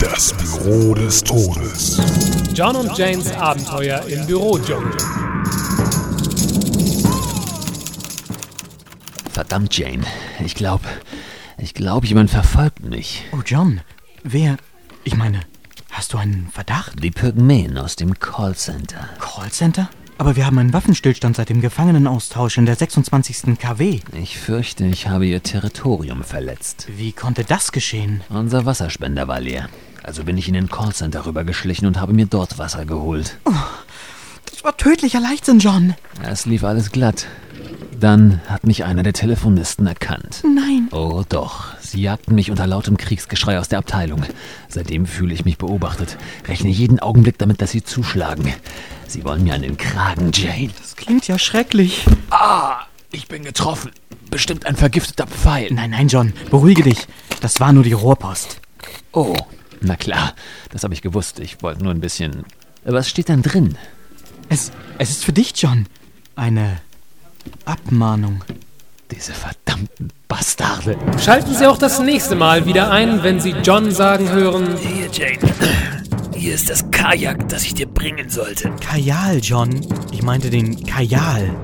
Das Büro des Todes. John und Janes Abenteuer im Bürodschungel. Verdammt, Jane. Ich glaube, ich glaube, jemand verfolgt mich. Oh, John, wer. Ich meine, hast du einen Verdacht? Die Pygmäen aus dem Callcenter. Callcenter? Aber wir haben einen Waffenstillstand seit dem Gefangenenaustausch in der 26. KW. Ich fürchte, ich habe ihr Territorium verletzt. Wie konnte das geschehen? Unser Wasserspender war leer. Also bin ich in den Callcenter rübergeschlichen und habe mir dort Wasser geholt. Das war tödlicher Leichtsinn, John. Es lief alles glatt. Dann hat mich einer der Telefonisten erkannt. Nein. Oh doch, sie jagten mich unter lautem Kriegsgeschrei aus der Abteilung. Seitdem fühle ich mich beobachtet. Rechne jeden Augenblick damit, dass sie zuschlagen. Sie wollen mir an den Kragen, Jane. Das klingt ja schrecklich. Ich bin getroffen. Bestimmt ein vergifteter Pfeil. Nein, nein, John, beruhige dich. Das war nur die Rohrpost. Oh, na klar, das habe ich gewusst. Ich wollte nur ein bisschen. Was steht denn drin? Es, es ist für dich, John. Eine Abmahnung. Diese verdammten Bastarde. Schalten Sie auch das nächste Mal wieder ein, wenn Sie John sagen hören. Hier, Jane. Hier ist das Kajak, das ich dir bringen sollte. Kajal, John. Ich meinte den Kajal.